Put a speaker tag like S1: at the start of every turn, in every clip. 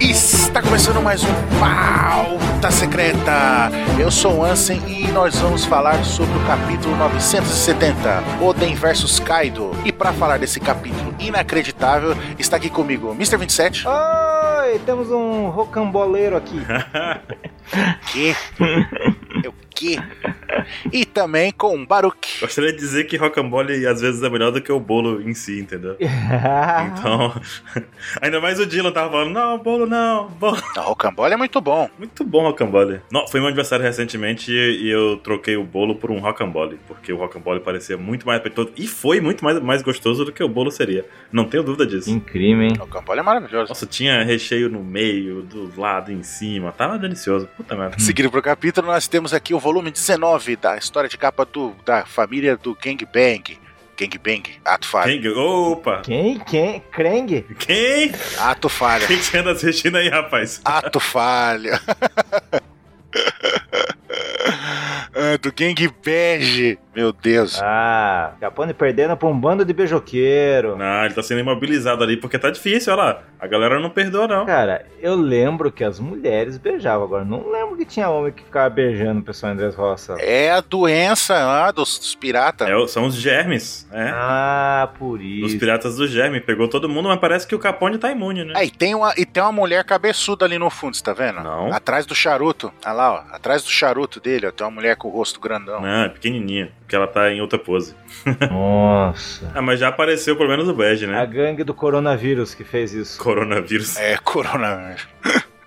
S1: Está começando mais um Pauta Secreta. Eu sou o Ansem e nós vamos falar sobre o capítulo 970, Oden versus Kaido. E para falar desse capítulo inacreditável, está aqui comigo Mr. 27.
S2: Oi, temos um rocamboleiro aqui.
S1: que? Eu que? É E também com Baruch.
S3: Gostaria de dizer que rocambole às vezes é melhor do que o bolo em si, entendeu? Então, ainda mais o Dylan tava falando, não, bolo não, bolo.
S1: A Rocambole é muito bom.
S3: Muito bom rocambole. Não, foi meu aniversário recentemente e eu troquei o bolo por um rocambole, porque o rocambole parecia muito mais apetitoso e foi muito mais, mais gostoso do que o bolo seria. Não tenho dúvida disso.
S2: Incrível, hein?
S1: Rocambole é maravilhoso.
S3: Nossa, tinha recheio no meio, dos lados, em cima, tava delicioso. Puta merda.
S1: Seguindo pro capítulo, nós temos aqui o volume 19 da história de capa do, da família do Gang Bang. Gang Bang, ato falha.
S3: Quem? Opa!
S2: Quem? Quem? Krang?
S3: Quem?
S1: Ato falha.
S3: Quem que anda assistindo aí, rapaz?
S1: Ato falha. Ah, do Gang Bang. Meu Deus.
S2: Ah, Japone perdendo pra um bando de beijoqueiro.
S3: Não, ele tá sendo imobilizado ali porque tá difícil, olha lá. A galera não perdoa, não.
S2: Cara, eu lembro que as mulheres beijavam, agora não lembro que tinha homem que ficava beijando o pessoal Andrés Roça.
S3: né?
S1: É a doença ah, dos, dos piratas.
S3: É, o- são os germes, é.
S2: Ah, por
S3: Os
S2: isso.
S3: piratas do germe. Pegou todo mundo, mas parece que o Capone tá imune, né?
S1: Ah, e tem, uma, e tem uma mulher cabeçuda ali no fundo, você tá vendo?
S3: Não.
S1: Atrás do charuto. Olha lá, ó. Atrás do charuto dele, ó. Tem uma mulher com o rosto grandão.
S2: então.
S3: Não, é pequenininha, porque ela tá em outra pose.
S2: Nossa.
S3: Ah, mas já apareceu pelo menos o Bege,
S2: A
S3: né?
S2: gangue do coronavírus que fez isso.
S3: Coronavírus.
S1: É, corona.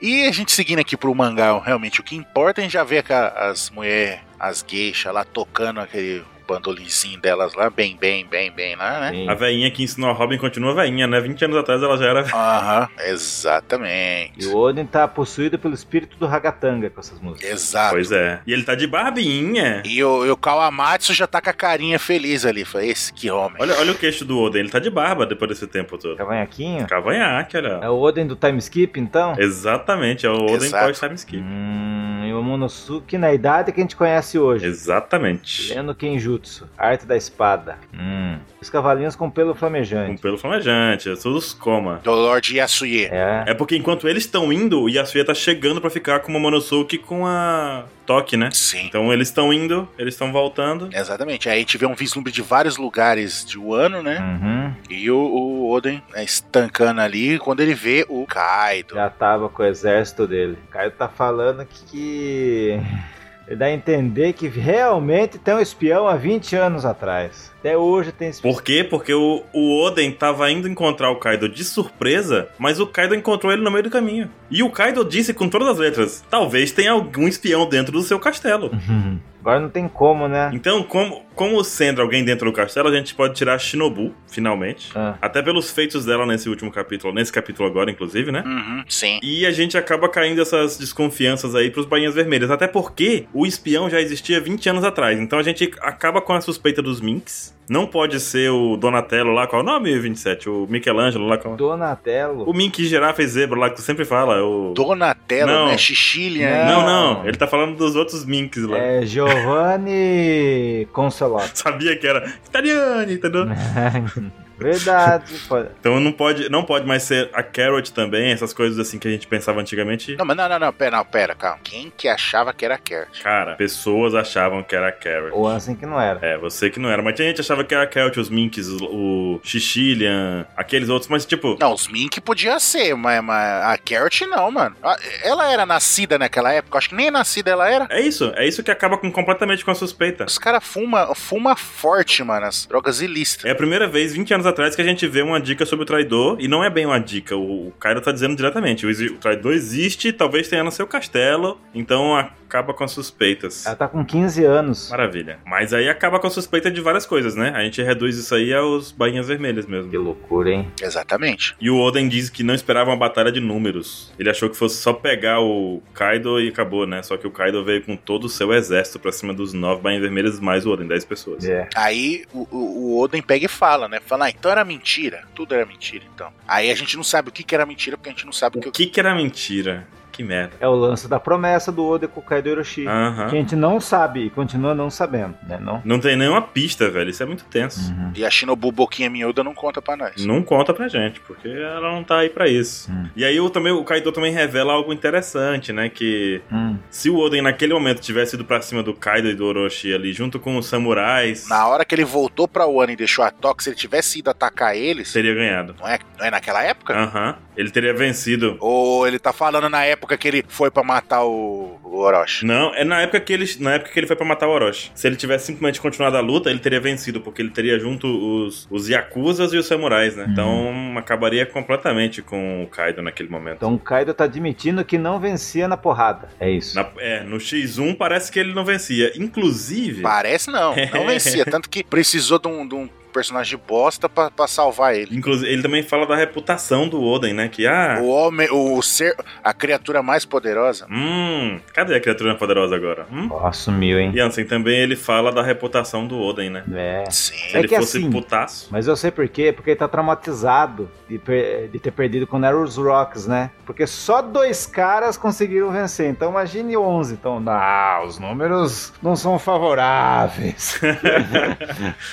S1: E a gente seguindo aqui pro mangá, realmente, o que importa, é a gente já vê aqua- as mulheres, as gueixas lá tocando aquele bandolinzinho delas lá, bem, bem, bem, bem lá, né?
S2: Sim.
S3: A veinha que ensinou a Robin continua veinha, né? 20 anos atrás ela já era.
S1: Aham,
S2: E
S1: exatamente.
S2: o Odin tá possuído pelo espírito do Ragatanga com essas músicas.
S1: Exato.
S3: Pois é. E ele tá de barbinha.
S1: E o, e o Kawamatsu já tá com a carinha feliz ali. Foi esse que homem.
S3: Olha, olha o queixo do Oden, ele tá de barba depois desse tempo todo.
S2: Cavanhaquinho?
S3: Cavanhaque, olha.
S2: É o Odin do time skip, então?
S3: Exatamente, é o Oden
S1: Exato.
S3: pós-time skip.
S2: Hum, e o Momonosuke na idade que a gente conhece hoje.
S3: Exatamente.
S2: Lendo Kenjutsu, Arte da Espada.
S3: Hum.
S2: Os cavalinhos com pelo
S3: Com
S2: flamejante.
S3: Um pelo flamejante, é tudo os coma.
S1: Do Lorde Yasuye.
S2: É.
S3: É porque enquanto eles estão indo, o Yasuya tá chegando pra ficar com o Momonosuke com a Toque, né?
S1: Sim.
S3: Então eles estão indo, eles estão voltando.
S1: Exatamente. Aí a gente vê um vislumbre de vários lugares de Wano,
S3: É?
S1: né?
S2: Uhum.
S3: Então.
S1: E o, o Oden né, estancando ali quando ele vê o Kaido.
S2: Já tava com o exército dele. O Caio tá falando que. que... Ele dá a entender que realmente tem um espião há 20 anos atrás. Até hoje tem espião.
S3: Por quê? Porque o, o Oden tava indo encontrar o Kaido de surpresa, mas o Kaido encontrou ele no meio do caminho. E o Kaido disse com todas as letras: talvez tenha algum espião dentro do seu castelo.
S2: Uhum. Agora não tem como, né?
S3: Então, como, como sendo alguém dentro do castelo, a gente pode tirar a Shinobu, finalmente.
S2: Ah.
S3: Até pelos feitos dela nesse último capítulo, nesse capítulo agora, inclusive, né?
S1: Uhum, sim.
S3: E a gente acaba caindo essas desconfianças aí pros bainhas vermelhas. Até porque o espião já existia 20 anos atrás. Então a gente acaba com a suspeita dos Minks. Não pode ser o Donatello lá, qual é o nome 27? O Michelangelo lá, qual é?
S2: Donatello.
S3: O Mink girafa e zebra lá, que tu sempre fala. O...
S1: Donatello,
S3: Não.
S1: né? Xixilha, né?
S3: Não, não. Ele tá falando dos outros Minks lá.
S2: É Giovanni Consolotto.
S3: Sabia que era italiano, entendeu?
S2: É. Verdade. pô.
S3: Então não pode, não pode mais ser a Carrot também, essas coisas assim que a gente pensava antigamente.
S1: Não, mas não, não, não, pera, não, pera, calma. Quem que achava que era Kert?
S3: Cara, pessoas achavam que era a Carrot.
S2: O Ansem que não era.
S3: É, você que não era. Mas tinha gente que achava que era a Kelt, os Minks, os- o Xixilian, aqueles outros, mas tipo.
S1: Não, os Mink podia ser, mas, mas a Kert não, mano. A- Ela era nascida naquela época, acho que nem nascida ela era.
S3: É isso, é isso que acaba com, completamente com a suspeita.
S1: Os caras fuma, fuma forte, mano, as drogas ilícitas.
S3: É a primeira vez, 20 anos atrás, que a gente vê uma dica sobre o traidor, e não é bem uma dica, o, o Cairo tá dizendo diretamente. O, exi- o traidor existe, talvez tenha no seu castelo, então acaba com as suspeitas.
S2: Ela tá com 15 anos.
S3: Maravilha. Mas aí acaba com a suspeita de várias coisas, né? A gente reduz isso aí aos bainhas vermelhas mesmo.
S2: Que loucura, hein?
S1: É. Exatamente.
S3: E o Oden diz que não esperava uma batalha de números. Ele achou que fosse só pegar o Kaido e acabou, né? Só que o Kaido veio com todo o seu exército pra cima dos nove bainhas vermelhas mais o Oden, dez pessoas.
S2: É.
S1: Aí o, o- o Oden pega e fala, né? Fala, ah, então era mentira. Tudo era mentira, então. Aí a gente não sabe o que, que era mentira, porque a gente não sabe o
S3: O
S1: que.
S3: que que era mentira? Que merda.
S2: É o lance da promessa do Oda com o Kaido Hiroshi.
S3: Aham.
S2: Que a gente não sabe e continua não sabendo, né? Não.
S3: Não tem nenhuma pista, velho. Isso é muito
S2: Hum.
S3: tenso.
S2: Uhum.
S1: E a Shinobu Boquinha Miúda não conta pra nós.
S3: Não conta pra gente, porque ela não tá aí pra isso.
S2: Hum.
S3: E aí o, também, o Kaido também revela algo interessante, né? Que
S2: Hum.
S3: se o Oden naquele momento tivesse ido pra cima do Kaido e do Orochi ali, junto com os samurais,
S1: Na hora que ele voltou pra Wano e deixou a Tox, se ele tivesse ido atacar eles,
S3: teria ganhado.
S1: não é, não é naquela época?
S3: Aham. Ele teria vencido.
S1: Ou ele tá falando na época que ele foi pra matar o, o Orochi?
S3: Não, é na época que ele, na época que ele foi pra matar o Orochi. Se ele tivesse simplesmente continuado a luta, ele teria vencido, porque ele teria junto os, os Yakuzas e os samurais,
S2: Uhum.
S3: né? Então acabaria completamente com o Kaido naquele momento.
S2: Então o Kaido tá admitindo que não vencia na porrada. É isso.
S3: Na- é, no X1 parece que ele não vencia. Inclusive,
S1: Parece não, não vencia. Tanto que precisou de um, de um personagem de bosta pra, pra salvar ele.
S3: inclusive, ele também fala da reputação do Oden, né? Que, ah,
S1: O homem, o ser, a criatura mais poderosa.
S3: hum, cadê a criatura poderosa agora? Hum?
S2: Ó, assumiu, hein?
S3: E assim, também ele fala da reputação do Oden, né?
S2: É.
S1: Sim.
S3: Se
S2: É
S3: ele
S2: que
S3: fosse
S2: assim-
S3: putaço.
S2: Mas eu sei por quê, porque ele tá traumatizado de, per- de ter perdido com o Narrows Rocks, né? Porque só dois caras conseguiram vencer, então imagine 11. Então, não, os números não são favoráveis.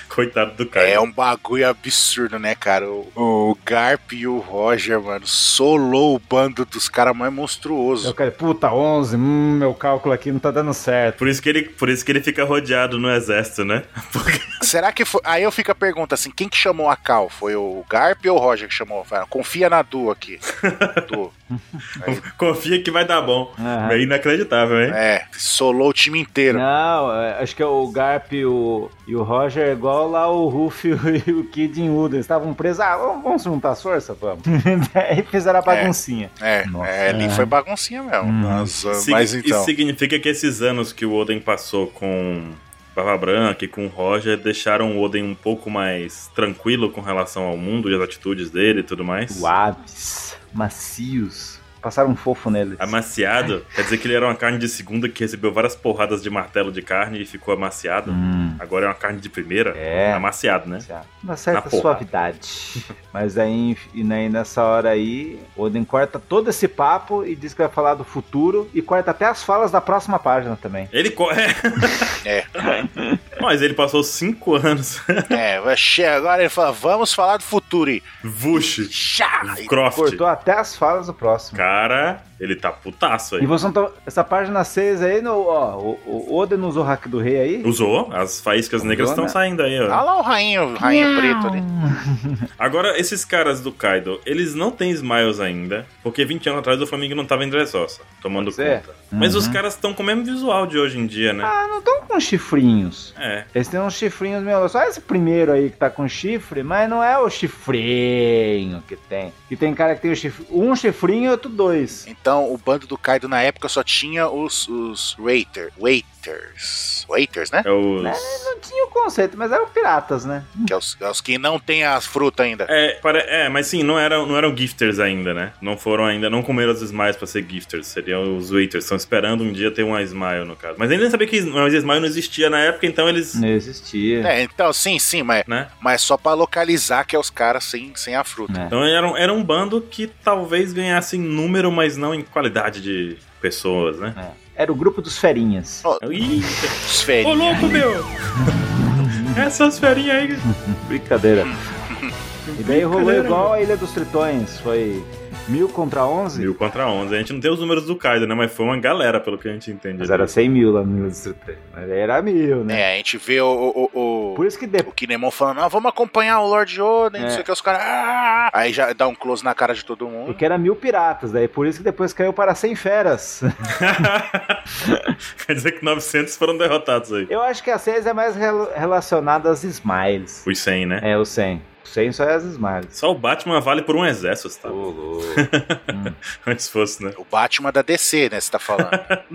S3: Coitado do Kaido.
S1: É um bagulho absurdo, né, cara? O, o Garp e o Roger, mano, solou o bando dos caras mais monstruoso.
S2: eu quero, puta, 11, hum, meu cálculo aqui não tá dando certo.
S3: Por isso, que ele, por isso que ele fica rodeado no exército, né? Porque
S1: Será que foi. Aí eu fico a pergunta assim: quem que chamou a Cal? Foi o Garp ou o Roger que chamou? Fala, Confia na Du aqui. Du.
S3: confia que vai dar bom.
S2: Aham.
S3: É inacreditável, hein?
S1: É, solou o time inteiro.
S2: Não, é, acho que o Garp e o, e o Roger é igual lá o Ruff e o Kid em Uda. Eles estavam presos. Ah, vamos, vamos juntar as forças? Vamos. Aí É, fizeram a baguncinha.
S1: É,
S2: Nossa,
S1: é, ali
S2: é.
S1: foi baguncinha mesmo.
S2: Hum.
S1: Mas, ah,
S3: Sig-
S1: mas então.
S3: Isso significa que esses anos que o Oden passou com Barba Branca e com o Roger deixaram o Oden um pouco mais tranquilo com relação ao mundo e as atitudes dele e tudo mais.
S2: Suaves, macios. Passaram um fofo neles.
S3: Amaciado, quer dizer que ele era uma carne de segunda que recebeu várias porradas de martelo de carne e ficou amaciado.
S2: Hum,
S3: Agora é uma carne de primeira.
S2: É.
S3: Amaciado, né?
S2: já. Uma certa
S3: Na porra.
S2: suavidade. Mas aí, e aí, nessa hora aí, Oden corta todo esse papo e diz que vai falar do futuro e corta até as falas da próxima página também.
S3: Ele corre.
S1: É.
S3: Mas ele passou cinco anos.
S1: É, vai che- agora ele fala: vamos falar do futuro. E
S3: Vush.
S1: já! E
S3: Croft.
S2: Cortou até as falas do próximo.
S3: Cara, ele tá putaço
S2: E
S3: aí.
S2: você não tá. Essa página 6 aí, no, ó, o, o Oden usou o hack do rei aí?
S3: Usou, as faíscas negras
S2: Usou,
S3: estão
S2: né?
S3: saindo aí, ó.
S1: Olha tá lá o rainha, o rainha preto ali.
S3: Agora, esses caras do Kaido, eles não têm Smiles ainda, porque 20 anos atrás o Flamengo não tava em Dressrosa, tomando
S2: Pois é.
S3: conta. Mas os
S2: Uhum.
S3: caras estão com o mesmo visual de hoje em dia, né?
S2: Ah, não estão com chifrinhos.
S3: É.
S2: Eles têm uns chifrinhos meio. Só esse primeiro aí que tá com chifre, mas não é o chifrinho que tem. Que tem cara que tem o chif- um chifrinho e outro dois.
S1: Então, o bando do Kaido na época só tinha os, os waiter, waiters. Waiters, né?
S3: É os.
S2: Não tinha o conceito, mas eram piratas, né?
S1: Que é os, é os que não tem as frutas ainda.
S3: É, para... é, mas sim, não eram, não eram gifters ainda, né? Não foram ainda, não comeram as smiles pra ser gifters, seriam os waiters. Estão esperando um dia ter uma smile, no caso. Mas ainda nem sabia que mas smile não existia na época, então eles.
S2: Não existia.
S1: É, então, sim, sim, mas,
S3: Né?
S1: mas só pra localizar que é os caras sem, sem a fruta.
S2: É.
S3: Então era um, era um bando que talvez ganhasse em número, mas não em qualidade de pessoas, né?
S2: Era o grupo dos ferinhas.
S3: Ih,
S1: Os
S3: Ô
S1: férias.
S3: louco, meu! Essas ferinhas aí.
S2: Brincadeira. E daí rolou
S3: Brincadeira,
S2: igual a Ilha dos Tritões. Foi mil contra onze.
S3: Mil contra 11. A gente não tem os números do Kaido, né? Mas foi uma galera, pelo que a gente entende.
S2: Mas era 100 mil lá no Ilha dos Tritões. Mas era mil, né?
S1: É, a gente vê o, o, o, o,
S2: Por isso que depois.
S1: o Kinemon falando, ah, vamos acompanhar o Lord Oden, não
S2: É.
S1: sei o que, os caras... "Ah!" Aí já dá um close na cara de todo mundo.
S2: Porque era mil piratas, daí por isso que depois caiu para 100 feras.
S3: Quer dizer que 900 foram derrotados aí.
S2: Eu acho que a 6 é mais rel- relacionada às smiles.
S3: Os 100, né?
S2: É, o 100. O 100 só é as smiles.
S3: Só o Batman vale por um exército, tá? Antes fosse, né?
S1: O Batman da DC, né, você tá falando.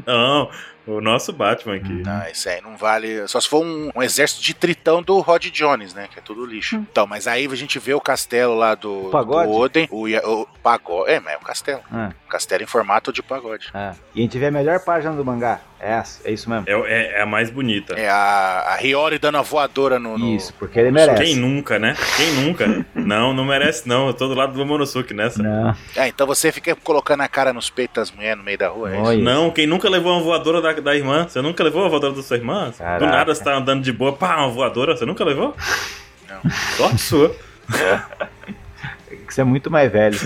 S3: Não, o nosso Batman aqui.
S2: Hum. Uhum.
S1: Não, isso aí é, não vale. Só se for um, um exército de tritão do Rod Jones, né? Que é tudo lixo. Então, mas aí a gente vê o castelo lá do,
S2: Uhum. O pagode?
S1: do Oden. O, ia- o pagode. É, mas é o castelo.
S2: Ah,
S1: O castelo em formato de pagode.
S2: ah. E a gente vê a melhor página do mangá. É, é isso mesmo.
S3: É, é- é a mais bonita.
S1: É a, a Hiyori dando a voadora no. no-
S2: Isso, porque ele merece.
S3: Quem nunca, né? Quem nunca? não, não merece, não. Eu tô do lado do Momonosuke nessa.
S2: Não,
S1: É, então você fica colocando a cara nos peitos das mulheres no meio da rua. É isso?
S2: Olha.
S3: Não, quem nunca levou uma voadora da, da irmã? Você nunca levou uma voadora da sua irmã?
S2: Caraca.
S3: Do nada você tá andando de boa, pá, uma voadora. Você nunca levou? Sorte sua.
S2: que você é muito mais velho.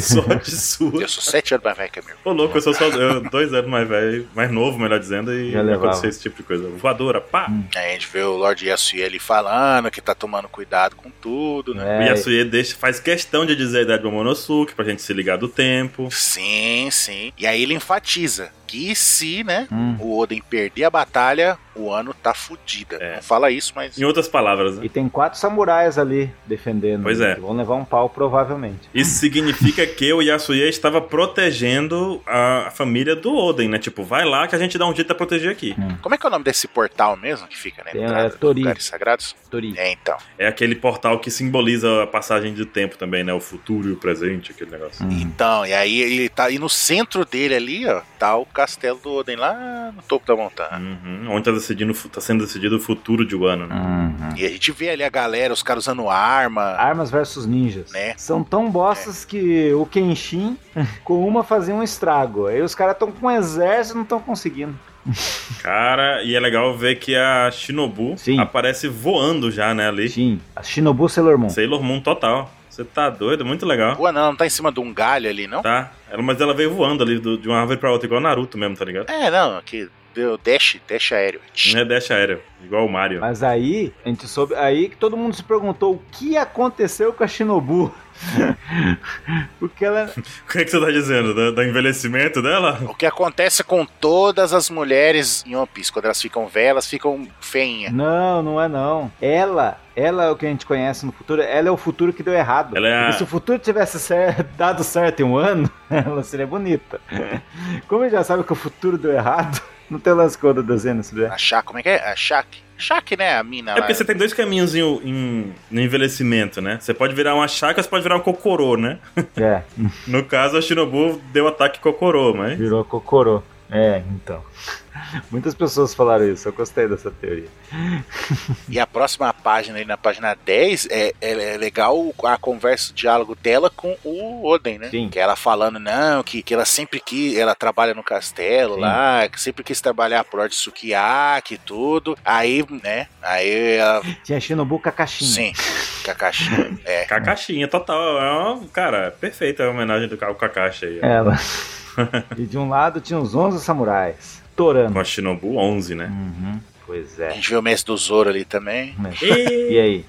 S3: Sorte sua.
S1: Eu sou sete anos mais velho que a minha irmã.
S3: Ô, louco, eu sou só eu, dois anos mais velho, mais novo, melhor dizendo, e
S2: Já levava.
S3: aconteceu esse tipo de coisa. Voadora, pá.
S1: Aí a gente vê o Lorde Yasuieli falando que tá tomando cuidado com tudo, né?
S3: O
S2: É,
S3: Yasuye deixa, faz questão de dizer a idade do Momonosuke pra gente se ligar do
S2: É.
S3: tempo.
S1: Sim, sim. E aí ele enfatiza que se, né,
S2: Hum.
S1: o Oden perder a batalha, o ano tá fudida. Não fala isso, mas
S3: Em outras palavras, né?
S2: E tem quatro samurais ali defendendo.
S3: Pois é.
S2: Que vão levar um pau, provavelmente.
S3: Isso significa que o Yasuye estava protegendo a a família do Oden, né? Tipo, vai lá que a gente dá um jeito pra proteger aqui.
S1: como é que é o nome desse portal mesmo que fica na
S2: Tem,
S1: entrada
S2: é,
S1: dos
S2: Tori.
S1: lugares sagrados?
S2: Tori.
S1: É, então.
S3: É aquele portal que simboliza a passagem de tempo também, né? O futuro e o presente, aquele negócio.
S1: Então, e aí ele tá e no centro dele ali, ó, tá o castelo do Oden lá no topo da montanha.
S3: Uhum. Onde tá, decidindo, o fu- tá sendo decidido o futuro de Wano,
S2: Ah.
S3: né?
S2: Uhum.
S1: E a gente vê ali a galera, os caras usando arma.
S2: Armas versus ninjas.
S1: Né?
S2: São tão bostas que o Kenshin com uma fazia um estrago. Aí os caras estão com um exército e não estão conseguindo.
S3: Cara, e é legal ver que a Shinobu
S2: Sim.
S3: aparece voando já, né? Ali.
S2: Sim. A Shinobu Sailor Moon.
S3: Sailor Moon total. Você tá doido? Muito legal.
S1: Boa, não, não tá em cima de um galho ali, não?
S3: Tá? Ela, mas ela veio voando ali do- de uma árvore pra outra, igual Naruto mesmo, tá ligado?
S1: É, não, que deu dash, dash aéreo.
S3: Não é dash aéreo, igual o Mario.
S2: Mas aí, a gente soube, aí que todo mundo se perguntou o que aconteceu com a Shinobu. Porque ela
S3: O que, é que você tá dizendo? Da- do envelhecimento dela?
S1: O que acontece com todas as mulheres em One Piece, quando elas ficam velhas, elas ficam feinhas.
S2: Não, não é não. Ela, ela é o que a gente conhece no futuro, ela é o futuro que deu errado.
S3: Ela é a-
S2: Porque se o futuro tivesse cer- dado certo em um ano, ela seria bonita. Como ele já sabe que o futuro deu errado, não tem lascou da dezena, se der.
S1: A Shaq, como é que é? A Shaq. Shaq, né? A mina
S3: É
S1: lá.
S3: porque você tem dois caminhos em, em- no envelhecimento, né? Você pode virar uma chácara, você pode virar um cocorô, né?
S2: É,
S3: No caso, a Shinobu deu ataque cocorô, mas...
S2: virou cocorô. É, então. Muitas pessoas falaram isso, eu gostei dessa teoria.
S1: E a próxima página, aí na página 10, é, é- é legal a conversa, o diálogo dela com o Oden, né?
S2: Sim.
S1: Que ela falando, não, que, que ela sempre quis, ela trabalha no castelo
S2: Sim.
S1: lá, que sempre quis trabalhar por ordem de Sukiyaki e tudo. Aí, né? Aí ela.
S2: Tinha Shinobu Kakashin.
S1: Sim, Kakashi. É.
S3: Kakashinha, total. É uma, cara, perfeita a homenagem do Ka- ao Kakashi aí. ó.
S2: Ela. e de um lado tinha os 11 samurais, Torando.
S3: Com a Shinobu 11, né?
S2: Uhum, pois
S1: A
S2: é.
S1: gente vê o mestre do Zoro ali também.
S3: E...
S2: E aí?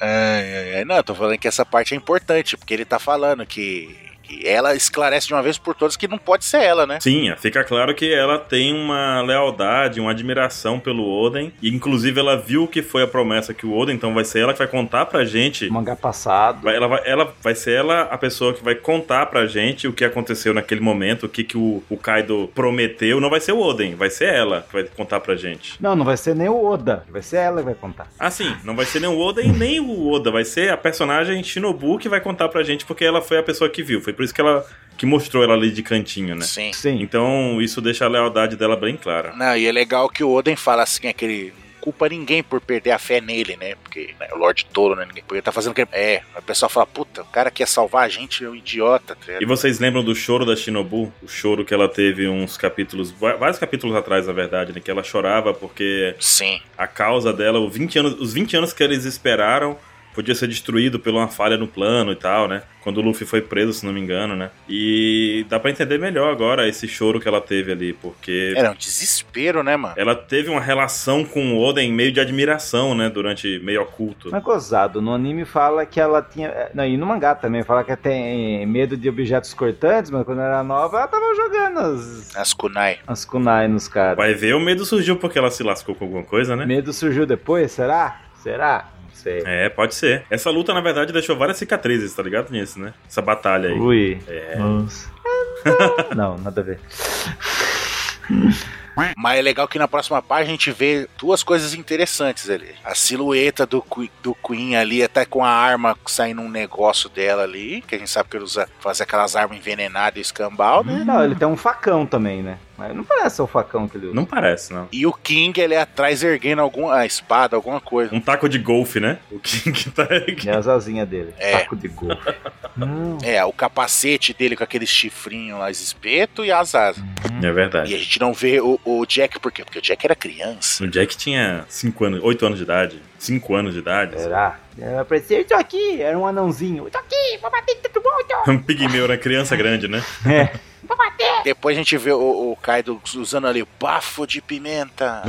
S1: Ai, ai, ai. Não, eu tô falando que essa parte é importante, porque ele tá falando que, que ela esclarece de uma vez por todas que não pode ser ela, né?
S3: Sim, fica claro que ela tem uma lealdade, uma admiração pelo Oden. E, inclusive, ela viu que foi a promessa que o Oden, então vai ser ela que vai contar pra gente.
S2: Mangá passado.
S3: Vai- Ela vai, ela vai ser ela a pessoa que vai contar pra gente o que aconteceu naquele momento, o que, que o, o Kaido prometeu. Não vai ser o Oden, vai ser ela que vai contar pra gente.
S2: Não, não vai ser nem o Oda. Vai ser ela que vai contar.
S3: Assim, não vai ser nem o Oden nem o Oda, vai ser a personagem Shinobu que vai contar pra gente, porque ela foi a pessoa que viu. Foi por isso que ela que mostrou ela ali de cantinho, né?
S1: Sim.
S2: Sim.
S3: Então isso deixa a lealdade dela bem clara.
S1: Não, e é legal que o Oden fala assim, aquele. Culpa ninguém por perder a fé nele, né? Porque né, o Lorde Touro, né? Ninguém, porque tá fazendo que. É, o pessoal fala, puta, o cara que ia salvar a gente é um idiota, tá
S3: E
S1: ligado?
S3: vocês lembram do choro da Shinobu? O choro que ela teve uns capítulos, va- vários capítulos atrás, na verdade, né? Que ela chorava porque
S1: Sim.
S3: a causa dela, os 20 anos, os 20 anos que eles esperaram podia ser destruído por uma falha no plano e tal, né? Quando o Luffy foi preso, se não me engano, né? E dá pra entender melhor agora esse choro que ela teve ali, porque
S1: Era um desespero, né,
S2: É.
S1: mano?
S3: ela teve uma relação com o Oden meio de admiração, né? Durante meio oculto.
S2: Mas gozado, no anime fala que ela tinha. Não, e no mangá também, fala que ela tem medo de objetos cortantes, mas quando era nova, ela tava jogando as,
S1: As Kunai.
S2: as kunai nos caras.
S3: Vai ver, o medo surgiu porque ela se lascou com alguma coisa, né?
S2: Medo surgiu depois, será? Será? Não sei.
S3: É, pode ser. Essa luta, na verdade, deixou várias cicatrizes, tá ligado nisso, né? Essa batalha aí.
S2: Ui.
S3: É.
S2: Nossa. Não, nada a ver.
S1: Mas é legal que na próxima página a gente vê duas coisas interessantes ali. A silhueta do, Qu- do Queen ali, até com a arma saindo um negócio dela
S2: Uhum.
S1: ali, que a gente sabe que ele usa fazer aquelas armas envenenadas e escambau, né?
S2: Não, ele tem um facão também, né? Mas não parece ser o facão que ele usa.
S3: Não parece, não.
S1: E o King, ele é atrás erguendo alguma a espada, alguma coisa.
S3: Um taco de golfe, né? O King tá aqui.
S2: É as asinhas dele.
S1: É.
S2: Taco de gol. Não.
S1: É, o capacete dele com aquele chifrinho lá, esse espeto e as asas.
S3: É
S1: E
S3: verdade.
S1: a gente não vê o, o Jack, por quê? Porque o Jack era criança.
S3: O Jack tinha 5 anos, 8 anos de idade. 5 anos de idade.
S2: Será? Era pra dizer, eu tô aqui, era um anãozinho. Eu tô aqui, vou bater em todo mundo.
S3: Um pigmeu, né? Criança grande, né?
S2: É.
S1: Depois a gente vê o, o Kaido usando ali o bafo de pimenta,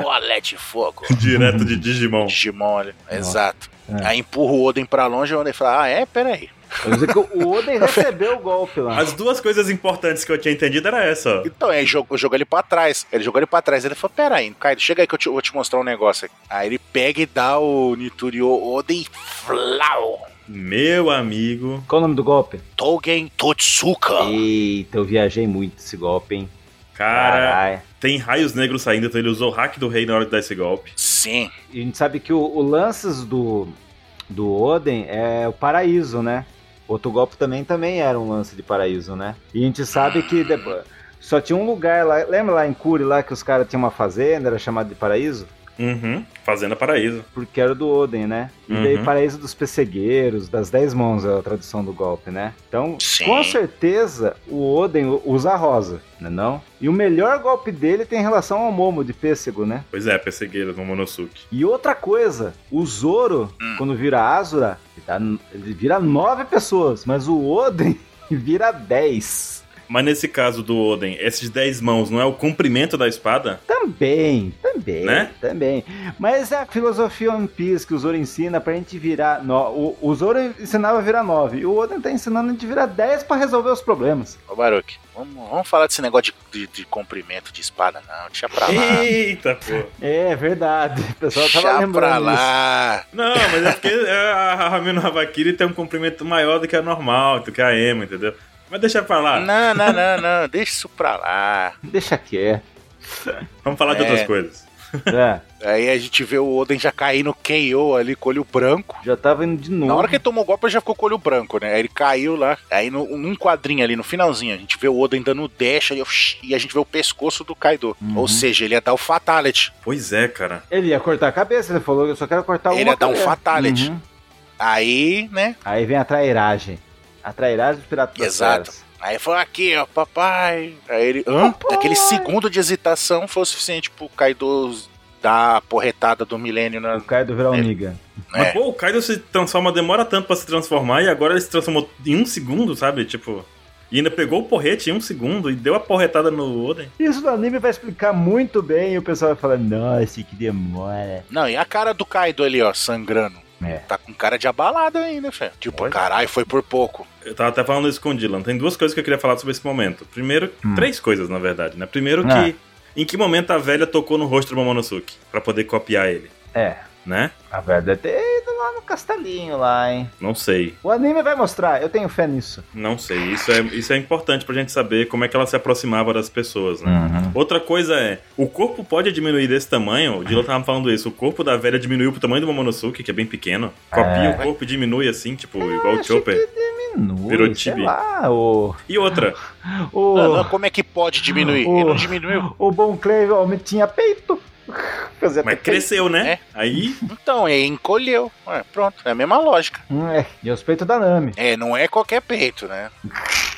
S1: bolé de fogo.
S3: Direto de Digimon.
S1: Digimon, olha. Exato. Aí empurra o Oden pra longe e o Oden fala: Ah, é? Peraí.
S2: Eu dizer que o Oden recebeu o golpe lá.
S3: As duas coisas importantes que eu tinha entendido era essa, ó.
S1: Então, aí jogou, jogou ele pra trás. Ele jogou ele pra trás. Ele falou: Peraí, Kaido, chega aí que eu te- vou te mostrar um negócio aqui. Aí ele pega e dá o Niturio Oden Flau.
S3: Meu amigo.
S2: Qual o nome do golpe?
S1: Togen Totsuka.
S2: Eita, eu viajei muito esse golpe, hein?
S3: Cara,
S2: Caralho.
S3: tem raios negros saindo, então ele usou o hack do rei na hora de dar esse golpe.
S1: Sim.
S2: A gente sabe que o, o lances do, do Oden é o paraíso, né? Outro golpe também, também era um lance de paraíso, né? E a gente sabe que depo- só tinha um lugar lá. Lembra lá em Curi, lá que os caras tinham uma fazenda, era chamado de paraíso?
S3: Uhum. Fazenda Paraíso.
S2: Porque era do Oden, né? E daí
S3: Uhum.
S2: paraíso dos pessegueiros, das dez mãos é a tradução do golpe, né? Então,
S1: Sim.
S2: com certeza, o Oden usa a rosa, né não? E o melhor golpe dele tem relação ao Momo de pêssego, né?
S3: Pois é, persegueira no Monosuke.
S2: E outra coisa, o Zoro, quando vira Azura, ele, dá- ele vira nove pessoas, mas o Oden vira dez.
S3: Mas nesse caso do Oden, esses 10 mãos não é o comprimento da espada?
S2: Também, também,
S3: Né?
S2: também. Mas é a filosofia One Piece que o Zoro ensina pra gente virar... No... O, o Zoro ensinava a virar nove, e o Oden tá ensinando a gente virar dez pra resolver os problemas.
S1: Ô, Baruque, vamos, vamos falar desse negócio de, de- de comprimento de espada, não. Deixa pra lá.
S3: Eita, pô.
S2: É verdade, o pessoal tava
S1: Deixa
S2: lembrando
S1: pra
S2: disso.
S1: lá.
S3: Não, mas é porque é, a Ramino Havakiri tem um comprimento maior do que a normal, do que a Ema, entendeu? Mas deixa pra lá.
S1: Não, não, não, não. Deixa isso pra lá.
S2: Deixa quieto.
S3: Vamos falar de
S1: É.
S3: outras coisas.
S2: É,
S1: Aí a gente vê o Oden já cair no KO ali com o olho branco.
S2: já tava indo de novo.
S1: Na hora que ele tomou o golpe, ele já ficou com o olho branco, né? Aí ele caiu lá. Aí no, num quadrinho ali, no finalzinho, a gente vê o Oden dando o dash ali, ush, e a gente vê o pescoço do Kaido.
S2: Uhum.
S1: Ou seja, ele ia dar o Fatality.
S3: Pois é, cara.
S2: Ele ia cortar a cabeça, ele falou, eu só quero cortar
S1: Ele
S2: uma
S1: ia dar um
S2: cabeça."
S1: fatality.
S2: Uhum.
S1: Aí, né?
S2: Aí vem a trairagem. A trairagem do Pirata das
S1: Exato.
S2: Feras.
S1: Aí ele falou, aqui, ó, papai. Aí ele, hã? Aquele segundo de hesitação foi o suficiente pro Kaido dar a porretada do milênio na...
S2: O Kaido virar um
S1: É.
S2: Niga.
S3: Mas,
S1: É.
S3: pô, o Kaido se transforma, demora tanto pra se transformar e agora ele se transformou em um segundo, sabe? Tipo. E ainda pegou o porrete em um segundo e deu a porretada no Oden.
S2: Isso no anime vai explicar muito bem e o pessoal vai falar, nossa, que demora.
S1: Não, e a cara do Kaido ali, ó, sangrando.
S2: É.
S1: Tá com cara de abalado aí, né, fé? Tipo,
S3: Olha.
S1: caralho, foi por pouco.
S3: Eu tava até falando isso com o Dylan. Tem duas coisas que eu queria falar sobre esse momento. Primeiro, três coisas, na verdade, né? Primeiro que.
S2: Ah.
S3: Em que momento a velha tocou no rosto do Momonosuke pra poder copiar ele,
S2: É,
S3: né?
S2: a verdade deve ter ido lá no castelinho lá, hein.
S3: Não sei,
S2: O anime vai mostrar, eu tenho fé nisso.
S3: não sei. Isso é, isso é importante pra gente saber como é que ela se aproximava das pessoas, né? Outra coisa é, o corpo pode diminuir desse tamanho, o Dylan tava falando isso, o corpo da velha diminuiu pro tamanho do Momonosuke, que é bem pequeno. Copia o corpo e diminui assim, tipo, igual o
S2: Acho
S3: Chopper.
S2: que diminui,
S3: Virou
S2: sei
S3: tibi.
S2: lá, o...
S3: E outra,
S2: O,
S1: Não, não, como é que pode diminuir?
S2: Oh.
S1: Ele não diminuiu.
S2: o Bon Clay, homem, tinha peito. Fazia
S3: mas
S2: até peito.
S3: cresceu, né?
S1: É.
S3: Aí,
S1: Então, ele encolheu. Ué, pronto, é a mesma lógica.
S2: Hum, é, e os peitos da Nami.
S1: É, não é qualquer peito, né?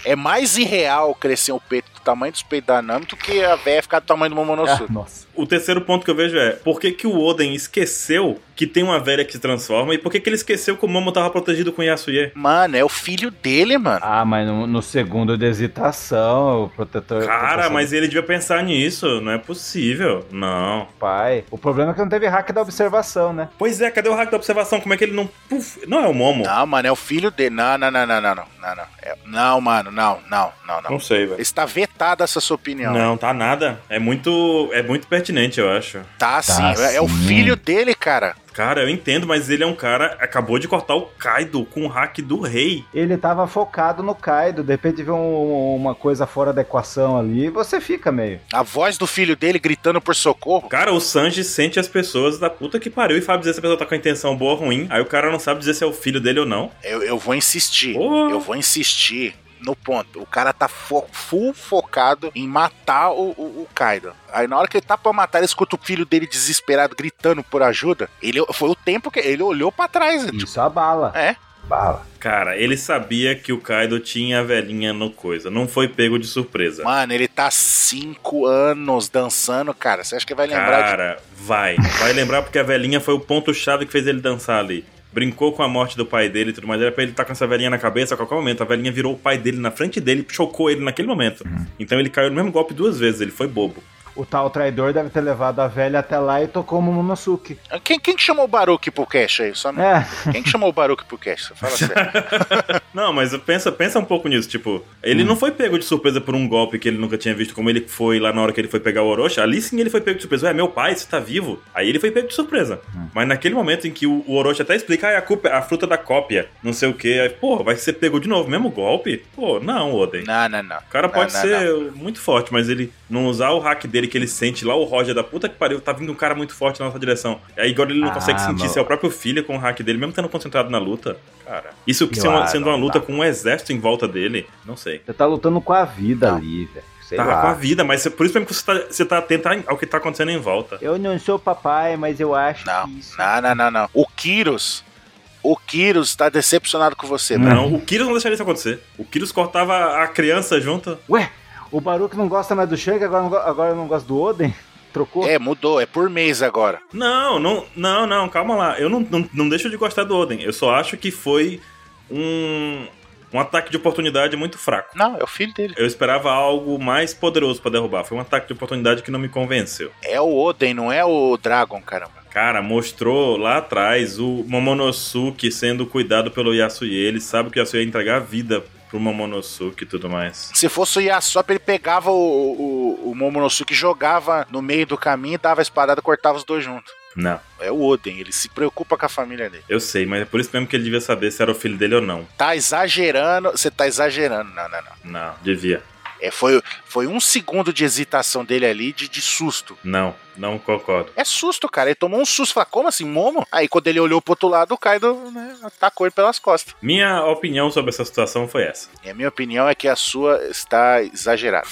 S1: É mais irreal crescer o peito do tamanho dos peitos da Nami do que a véia ficar do tamanho do
S2: Ah,
S1: Momonosuke.
S2: nossa.
S3: o terceiro ponto que eu vejo é, por que que o Oden esqueceu que tem uma velha que se transforma e por que que ele esqueceu que o Momo tava protegido com o Yasuye?
S1: Mano, é o filho dele, mano.
S2: Ah, mas no, no segundo de hesitação, o protetor...
S3: Cara,
S2: proteção
S3: mas ele devia pensar nisso, não é possível, não.
S2: do Pai. O problema é que não teve hack da observação, né?
S3: Pois é, cadê o hack da observação? Como é que ele não... Puf, não é o Momo.
S1: Não, mano, é o filho dele. Não, não, não, não, não, não. Não, não, É- não mano, não, não, não, não.
S3: Não sei, velho.
S1: Está vetada essa sua opinião.
S3: Não, tá nada. É muito, é muito pertinente, eu acho.
S1: Tá, sim. É, é o
S2: sim.
S1: filho dele, cara.
S3: Cara, eu entendo, mas ele é um cara. Acabou de cortar o Kaido com o hack do rei.
S2: Ele tava focado no Kaido, de repente vê um- uma coisa fora da equação ali e você fica meio.
S1: A voz do filho dele gritando por socorro.
S3: Cara, o Sanji sente as pessoas da puta que pariu e sabe dizer se a pessoa tá com a intenção boa ou ruim. Aí o cara não sabe dizer se é o filho dele ou não.
S1: Eu, eu vou insistir.
S3: Porra.
S1: Eu vou insistir. no ponto. O cara tá fo full focado em matar o, o, o Kaido. Aí na hora que ele tá pra matar, ele escuta o filho dele desesperado gritando por ajuda. Ele foi o tempo que ele olhou pra trás. né?
S2: Isso a bala.
S1: É.
S2: Bala.
S3: Cara, ele sabia que o Kaido tinha a velhinha no coisa. Não foi pego de surpresa.
S1: Mano, ele tá cinco anos dançando, cara. Você acha que vai lembrar de
S3: Cara, vai. Vai lembrar porque a velhinha foi o ponto-chave que fez ele dançar ali. Brincou com a morte do pai dele e tudo mais. Era pra ele estar com essa velhinha na cabeça a qualquer momento. A velhinha virou o pai dele na frente dele, chocou ele naquele momento. Então ele caiu no mesmo golpe duas vezes. Ele foi bobo.
S2: O tal traidor deve ter levado a velha até lá e tocou o Momonosuke.
S1: Quem, quem que chamou o Baruque pro cast aí? Só não-
S2: É.
S1: Quem que chamou o Baruque pro cast? Fala sério.
S3: Não, mas pensa, pensa um pouco nisso. Tipo, ele não foi pego de surpresa por um golpe que ele nunca tinha visto, como ele foi lá na hora que ele foi pegar o Orochi. Ali sim ele foi pego de surpresa. É meu pai, você tá vivo. Aí ele foi pego de surpresa. Mas naquele momento em que o, o Orochi até explica, ah, é a, culpa- a fruta da cópia, não sei o quê. Aí, pô, vai ser pego de novo, mesmo golpe? Pô, não, Oden.
S1: Não, não, não.
S3: O cara
S1: Não,
S3: pode
S1: É, não,
S3: ser muito forte, mas ele não usar o hack dele que ele sente lá, o Roger da puta que pariu, tá vindo um cara muito forte na nossa direção. Aí agora ele não
S2: Ah,
S3: consegue sentir
S2: mano.
S3: se é o próprio filho com o hack dele, mesmo estando concentrado na luta. Cara, isso que sendo,
S2: Claro,
S3: sendo uma
S2: não
S3: luta
S2: dá.
S3: com um exército em volta dele, não sei.
S2: Você tá lutando com a vida
S1: Não.
S2: ali, velho. Sei
S3: Tá
S2: lá.
S3: com a vida, mas é por isso mesmo que você tá, você tá atento ao que tá acontecendo em volta.
S2: Eu não sou papai, mas eu acho
S1: Não,
S2: que isso.
S1: não, não, não, não. O Kyros. O Kyros tá decepcionado com você, mano.
S3: Não, o Kyrus não deixaria isso acontecer. O Kyrus cortava a criança junto.
S2: Ué, o Baruch não gosta mais do Shank, agora não, go- agora não gosta do Oden? Trocou?
S1: É, mudou. É por mês agora.
S3: Não, não, não, não, calma lá. Eu não, não, não deixo de gostar do Oden. Eu só acho que foi um, um ataque de oportunidade muito fraco.
S1: Não, é o filho dele.
S3: Eu esperava algo mais poderoso pra derrubar. Foi um ataque de oportunidade que não me convenceu.
S1: É o Oden, não é o Dragon, caramba.
S3: Cara, mostrou lá atrás o Momonosuke sendo cuidado pelo Yasuye. Ele sabe que o Yasuye ia entregar a vida pro Momonosuke e tudo mais.
S1: Se fosse o Yasop, ele pegava o, o, o Momonosuke, jogava no meio do caminho, dava a espadada, cortava os dois juntos.
S3: Não,
S1: É o Oden, ele se preocupa com a família dele.
S3: eu sei, mas é por isso mesmo que ele devia saber se era o filho dele ou não.
S1: Tá exagerando, você tá exagerando. Não, não, não.
S3: Não, devia.
S1: É, foi, foi um segundo de hesitação dele ali, de, de susto.
S3: Não, não concordo.
S1: É susto, cara. Ele tomou um susto. Fala, como assim, Momo? Aí quando ele olhou pro outro lado, o Kaido né, atacou ele pelas costas.
S3: Minha opinião sobre essa situação foi essa.
S1: E a minha opinião é que a sua está exagerada.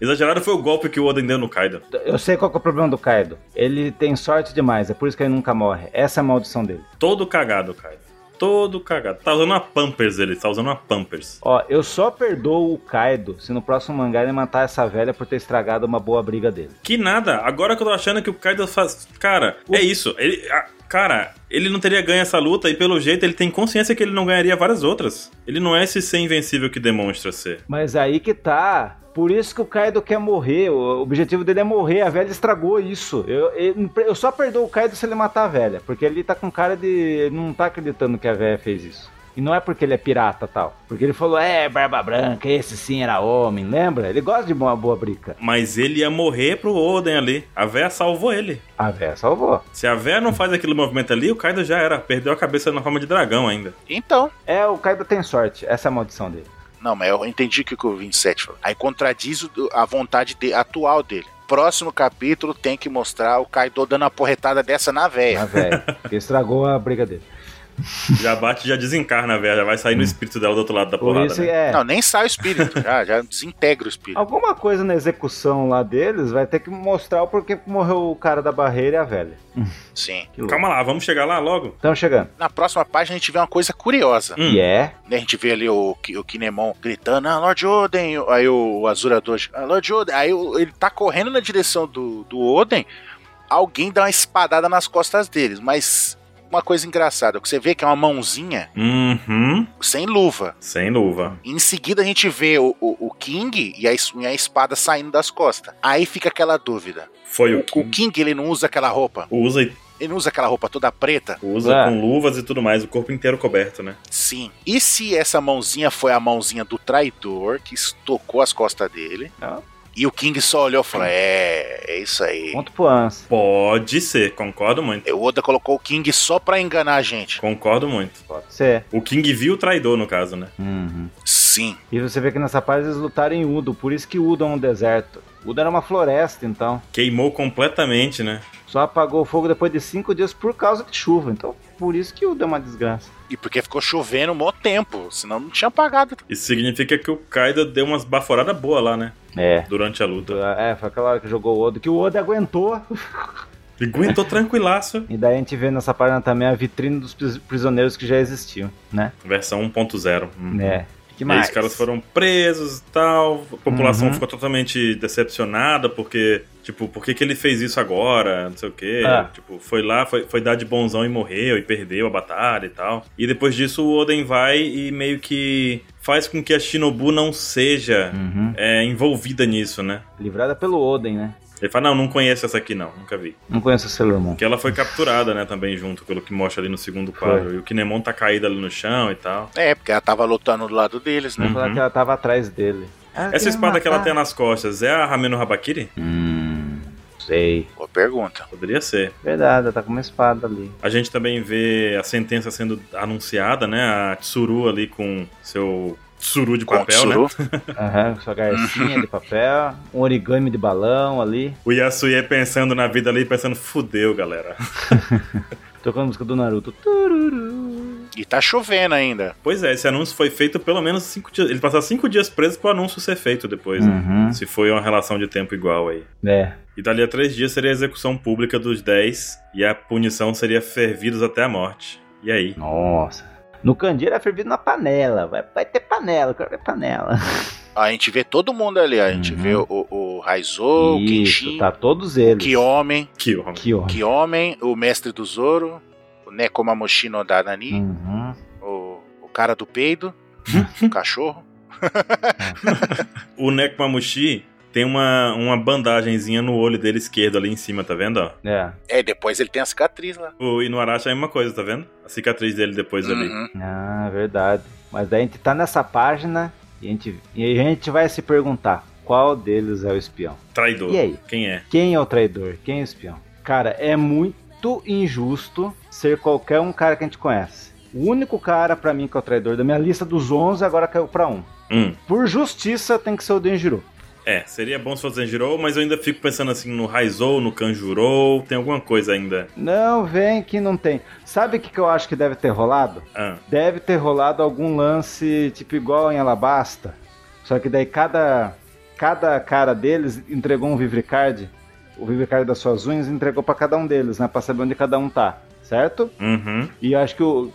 S3: Exagerado foi o golpe que o Oden deu no Kaido.
S2: Eu sei qual que é o problema do Kaido. Ele tem sorte demais, é por isso que ele nunca morre. Essa é a maldição dele.
S3: Todo cagado, Kaido. Todo cagado. Tá usando uma Pampers ele, tá usando uma Pampers.
S2: Ó, eu só perdoo o Kaido se no próximo mangá ele matar essa velha por ter estragado uma boa briga dele.
S3: Que nada, agora que eu tô achando que o Kaido faz. Cara, é isso. Ele. a- Cara, ele não teria ganho essa luta e pelo jeito ele tem consciência que ele não ganharia várias outras. Ele não é esse ser invencível que demonstra ser.
S2: Mas aí que tá. Por isso que o Kaido quer morrer. O objetivo dele é morrer. A velha estragou isso. Eu, eu- eu só perdoo o Kaido se ele matar a velha. Porque ele tá com cara de. Ele não tá acreditando que a velha fez isso. E não é porque ele é pirata tal. Porque ele falou, é, Barba Branca, esse sim era homem, lembra? Ele gosta de uma boa briga.
S3: Mas ele ia morrer pro Oden ali. A véia salvou ele.
S2: A velha salvou.
S3: Se a véia não faz aquele movimento ali, o Kaido já era. Perdeu a cabeça na forma de dragão ainda.
S1: Então.
S2: É, o Kaido tem sorte. Essa é a maldição dele.
S1: Não, mas eu entendi o que que o 27 falou. Aí contradiz o- a vontade de- atual dele. Próximo capítulo tem que mostrar o Kaido dando uma porretada dessa na
S2: A
S1: véia.
S2: velha. que estragou a briga dele.
S3: Já bate, já desencarna a véia, já vai sair no espírito dela do outro lado da
S2: Hum. Por
S3: porrada.
S2: isso
S3: né?
S2: é.
S1: Não, nem sai o espírito. Já, já desintegra o espírito.
S2: Alguma coisa na execução lá deles vai ter que mostrar o porquê que morreu o cara da barreira e a velha.
S1: Sim.
S2: Que louco.
S3: Calma lá, vamos chegar lá logo.
S2: Estão chegando.
S1: Na próxima página a gente vê uma coisa curiosa.
S3: Hum.
S2: E é.
S1: Né, A gente vê ali o, Ki- o Kinemon gritando, ah, Lord Oden. Aí o Azura Doji, ah, Lord Oden. Aí o- ele tá correndo na direção do, do Oden. Alguém dá uma espadada nas costas deles. Mas uma coisa engraçada, o que você vê que é uma mãozinha
S3: Uhum.
S1: sem luva.
S3: Sem luva.
S1: Em seguida a gente vê o, o- o King e a, es- e a espada saindo das costas. Aí fica aquela dúvida.
S3: Foi
S1: O,
S3: o
S1: o
S3: que
S1: King, ele não usa aquela roupa?
S3: usa,
S1: Ele não usa aquela roupa toda preta?
S3: usa
S2: É.
S3: com luvas e tudo mais, o corpo inteiro coberto, né?
S1: Sim. E se essa mãozinha foi a mãozinha do traidor que estocou as costas dele?
S2: Ah.
S1: E o King só olhou e falou: É, é isso aí.
S2: Ponto pro Ansa.
S3: Pode ser, concordo muito.
S1: O Oda colocou o King só pra enganar a gente.
S3: Concordo muito.
S2: Pode ser.
S3: O King viu o traidor, no caso, né?
S2: Uhum.
S1: Sim.
S2: E você vê que nessa parte eles lutaram em Udo, por isso que Udo é um deserto. Udo era uma floresta, então.
S3: Queimou completamente, né?
S2: Só apagou o fogo depois de cinco dias por causa de chuva. Então, por isso que Udo é uma desgraça.
S1: E porque ficou chovendo um maior tempo, senão não tinha apagado.
S3: Isso significa que o Kaido deu umas baforadas boas lá, né?
S2: É.
S3: Durante a luta.
S2: É, foi aquela hora que jogou o Odo, que o Odo aguentou.
S3: E Aguentou tranquilaço.
S2: E daí a gente vê nessa página também a vitrine dos pris- prisioneiros que já existiam, né?
S3: Versão 1.0. Hum.
S2: É. Que
S3: Aí
S2: mais?
S3: os caras foram presos e tal. A população
S2: Uhum.
S3: ficou totalmente decepcionada porque, tipo, por que, que ele fez isso agora? Não sei o quê.
S2: É.
S3: Tipo, foi lá, foi, foi dar de bonzão e morreu e perdeu a batalha e tal. E depois disso o Oden vai e meio que faz com que a Shinobu não seja
S2: Uhum.
S3: é, envolvida nisso, né?
S2: Livrada pelo Oden, né?
S3: Ele fala, não, não conheço essa aqui não, nunca vi.
S2: Não conheço o Sailor Moon.
S3: Que ela foi capturada, né, também junto, pelo que mostra ali no segundo quadro. E o Kinemon tá caído ali no chão e tal.
S1: É, porque ela tava lutando do lado deles, né?
S3: Uhum.
S2: Falar que ela tava atrás dele. Ela
S3: Essa
S2: queria
S3: espada que ela
S2: matar.
S3: tem nas costas é a Rameno Habakiri?
S2: Hum, sei.
S1: Boa pergunta.
S3: Poderia ser.
S2: Verdade, ela tá com uma espada ali.
S3: A gente também vê a sentença sendo anunciada, né? A Tsuru ali com seu tsuru de papel, né?
S1: Tsuru.
S2: Aham, com sua garcinha de papel, um origami de balão ali,
S3: O Yasuye pensando na vida ali, pensando, fudeu, galera.
S2: tocando a música do Naruto. Tururu.
S1: E tá chovendo ainda.
S3: Pois é, esse anúncio foi feito pelo menos cinco dias. Ele passar cinco dias preso pro anúncio ser feito depois, né?
S2: Uhum.
S3: Se foi uma relação de tempo igual aí.
S2: É.
S3: E dali a três dias seria a execução pública dos dez e a punição seria fervidos até a morte. E aí?
S2: Nossa. No candeeiro é fervido na panela. Vai, vai ter panela, eu quero ver panela.
S1: A gente vê todo mundo ali, ó. a gente
S2: Uhum.
S1: vê o, o, o Raizou, o
S2: Isso,
S1: Kenshin,
S2: tá todos eles.
S1: que homem,
S3: Que homem.
S2: Que ótimo.
S1: que homem, o mestre do Zoro, o Nekomamushi no Danani,
S2: Uhum.
S1: o, o cara do peido, o cachorro.
S3: O Nekomamushi tem uma, uma bandagenzinha no olho dele esquerdo ali em cima, tá vendo? Ó?
S2: É.
S1: É, depois ele tem a cicatriz lá.
S3: O Inuarashi é a mesma coisa, tá vendo? A cicatriz dele depois ali.
S1: Uhum.
S2: Ah, verdade. Mas daí a gente tá nessa página e a gente, e a gente vai se perguntar qual deles é o espião.
S3: Traidor.
S2: E aí?
S3: Quem é?
S2: Quem é o traidor? Quem é o espião? Cara, é muito injusto ser qualquer um cara que a gente conhece. O único cara pra mim que é o traidor da minha lista dos 11 agora caiu pra um.
S3: Hum.
S2: Por justiça tem que ser o Denjiro.
S3: É, seria bom se fosse Zenjirou, mas eu ainda fico pensando assim no Raizou, no Kanjurou, tem alguma coisa ainda.
S2: Não, vem que não tem. Sabe o que, que eu acho que deve ter rolado?
S3: Ah,
S2: Deve ter rolado algum lance tipo igual em Alabasta. Só que daí cada cada cara deles entregou um Vivricard, o Vivricard das suas unhas entregou pra cada um deles, né, Pra saber onde cada um tá, certo?
S3: uhum.
S2: E eu acho que o.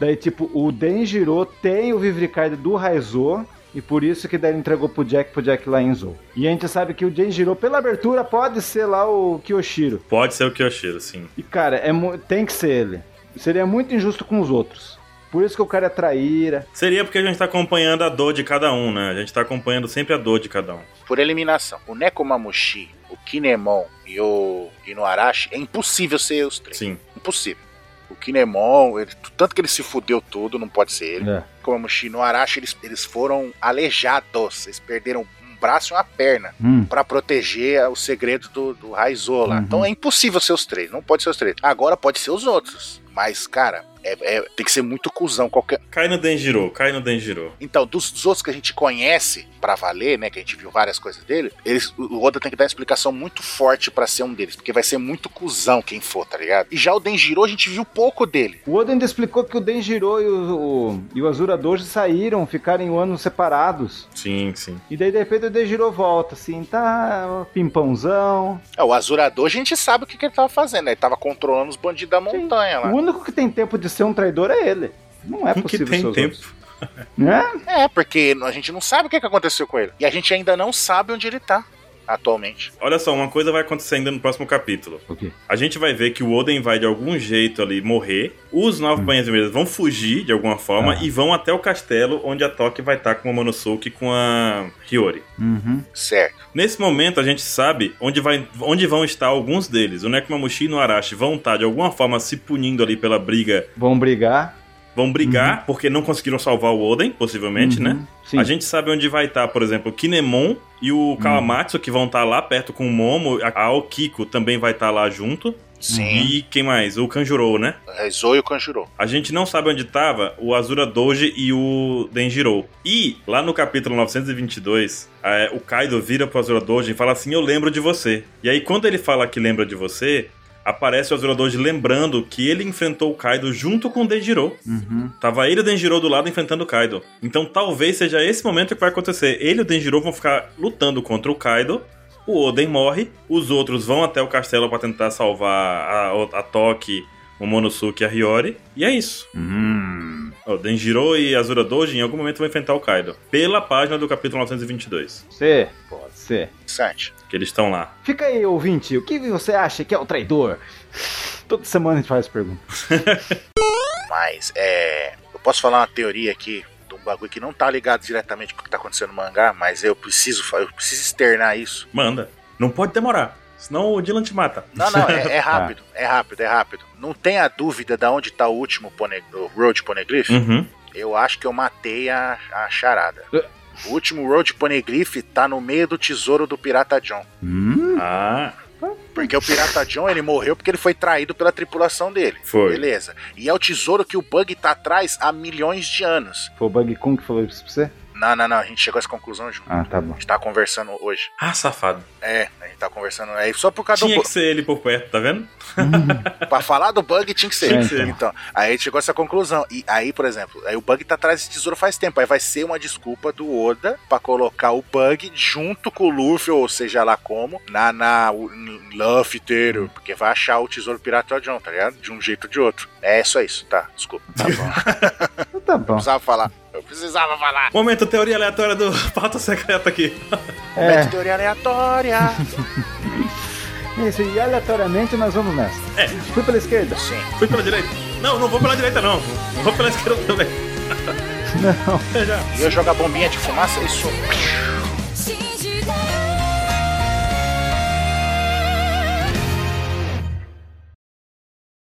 S2: Daí, tipo, o Denjiro tem o Vivricard do Raizo. E por isso que daí ele entregou pro Jack, pro Jack lá em Zou. E a gente sabe que o Denjiro, pela abertura, pode ser lá o Kyoshiro.
S3: Pode ser o Kyoshiro, sim.
S2: E, cara, é mu- tem que ser ele. Seria muito injusto com os outros. Por isso que o cara é traíra.
S3: Seria porque a gente tá acompanhando a dor de cada um, né? A gente tá acompanhando sempre a dor de cada um.
S1: Por eliminação, o Nekomamushi, o Kinemon e o Inuarashi, é impossível ser os três.
S3: Sim.
S1: Impossível. O Kinemon, ele- tanto que ele se fudeu todo, não pode ser ele.
S2: É.
S1: Como o Shinoarashi, eles, eles foram aleijados. Eles perderam um braço e uma perna
S2: Hum.
S1: pra proteger o segredo do, do Raizo lá.
S2: Uhum.
S1: Então é impossível ser os três. Não pode ser os três. Agora pode ser os outros. Mas, cara, é- é- tem que ser muito cuzão. Qualquer...
S3: Cai no Denjiro, cai no Denjiro.
S1: Então, dos, dos outros que a gente conhece pra valer, né? Que a gente viu várias coisas dele, eles, o o Oda tem que dar uma explicação muito forte pra ser um deles. Porque vai ser muito cuzão quem for, tá ligado? E já o Denjiro, a gente viu pouco dele.
S2: O Oda ainda explicou que o Denjiro e o, o, e o Azura Doji saíram, ficaram em um ano separados.
S3: Sim, sim.
S2: E daí, de repente, o Denjiro volta, assim, tá pimpãozão,
S1: É, o Azurador a gente sabe o que, que ele tava fazendo, né? Ele tava controlando os bandidos da montanha
S2: O único que tem tempo de ser um traidor é ele. Não é
S3: O que
S2: possível ser
S3: tem
S2: os
S3: tempo.
S2: outros. Né?
S1: lá. É, porque a gente não sabe o que, que aconteceu com ele. E a gente ainda não sabe onde ele tá atualmente.
S3: Olha só, uma coisa vai acontecer ainda no próximo capítulo.
S2: O quê?
S3: A gente vai ver que o Oden vai de algum jeito ali morrer. Os nove banhas vermelhas vão fugir de alguma forma
S2: Hum. Ah.
S3: e vão até o castelo onde a Toque vai estar com a Monosuke e com a Hiyori.
S2: Uhum.
S1: Certo.
S3: Nesse momento a gente sabe onde, vai, onde vão estar alguns deles. O Nekomamushi e o Arashi vão estar de alguma forma se punindo ali pela briga.
S2: Vão brigar.
S3: Vão brigar porque não conseguiram salvar o Oden, possivelmente,
S2: Uhum.
S3: né?
S2: Sim. Uhum.
S3: A gente sabe onde vai estar, por exemplo, o Kinemon e o Kawamatsu, que vão estar lá perto com o Momo. A Aokiko também vai estar lá junto.
S1: Sim.
S3: E quem mais? O Kanjuro, né?
S1: É Zoe e o Kanjuro.
S3: A gente não sabe onde tava o Azura Doji e o Denjiro. E lá no capítulo 922, é, o Kaido vira pro Azura Doji e fala assim: Eu lembro de você. E aí, quando ele fala que lembra de você, aparece o Azurador de lembrando que ele enfrentou o Kaido junto com o Denjiro.
S2: Uhum.
S3: Tava ele e o Denjiro do lado enfrentando o Kaido. Então talvez seja esse momento que vai acontecer. Ele e o Denjiro vão ficar lutando contra o Kaido. O Oden morre, os outros vão até o castelo pra tentar salvar a, a Toki, o Monosuke e a Hiyori. E é isso.
S2: Hum.
S3: O Denjiro e Azura Doji em algum momento vão enfrentar o Kaido. Pela página do capítulo 922.
S2: Ser, pode ser.
S1: Sante.
S3: Que eles estão lá.
S2: Fica aí, ouvinte, o que você acha que é o traidor? Toda semana a gente faz pergunta.
S1: Mas é. Eu posso falar uma teoria aqui de um bagulho que não tá ligado diretamente com o que tá acontecendo no mangá, mas eu preciso, fa- eu preciso externar isso.
S3: Manda. Não pode demorar. Senão o Dylan te mata.
S1: Não, não, é, é rápido, é rápido, é rápido. Não tenha dúvida de onde tá o último pone- o Road Poneglyph.
S3: Uhum.
S1: Eu acho que eu matei a, a charada. O último Road Poneglyph tá no meio do tesouro do Pirata John.
S2: Hum?
S3: Ah,
S1: Porque o Pirata John, ele morreu porque ele foi traído pela tripulação dele.
S3: foi.
S1: Beleza. E é o tesouro que o Bug tá atrás há milhões de anos.
S2: Foi o Bug Kung que falou isso pra você?
S1: Não, não, não. A gente chegou a essa conclusão junto.
S2: Ah, tá bom.
S1: A gente tá conversando hoje.
S3: Ah, safado.
S1: É, a gente tá conversando aí só por causa do
S3: Tinha
S1: bug.
S3: que ser ele por perto, tá vendo?
S1: Pra falar do bug tinha que ser.
S2: Tinha que ser.
S1: Então, aí a gente chegou a essa conclusão. E aí, por exemplo, aí o bug tá atrás desse tesouro faz tempo. Aí vai ser uma desculpa do Oda pra colocar o bug junto com o Luffy, ou seja lá como, na, na o- em Luffy inteiro. Porque vai achar o tesouro pirata John, tá ligado? De um jeito ou de outro. É só isso, tá? Desculpa. Tá bom.
S2: Então tá bom.
S1: precisava falar. Eu precisava falar.
S3: Momento teoria aleatória do Pauta Secreta aqui.
S1: Momento
S2: É,
S1: teoria aleatória.
S2: é isso. E aleatoriamente nós vamos nessa.
S3: É.
S2: Fui pela esquerda.
S1: Sim.
S3: Fui pela direita. Não, não vou pela direita, não. Vou pela esquerda também.
S2: Não.
S1: E eu jogar bombinha de fumaça, isso.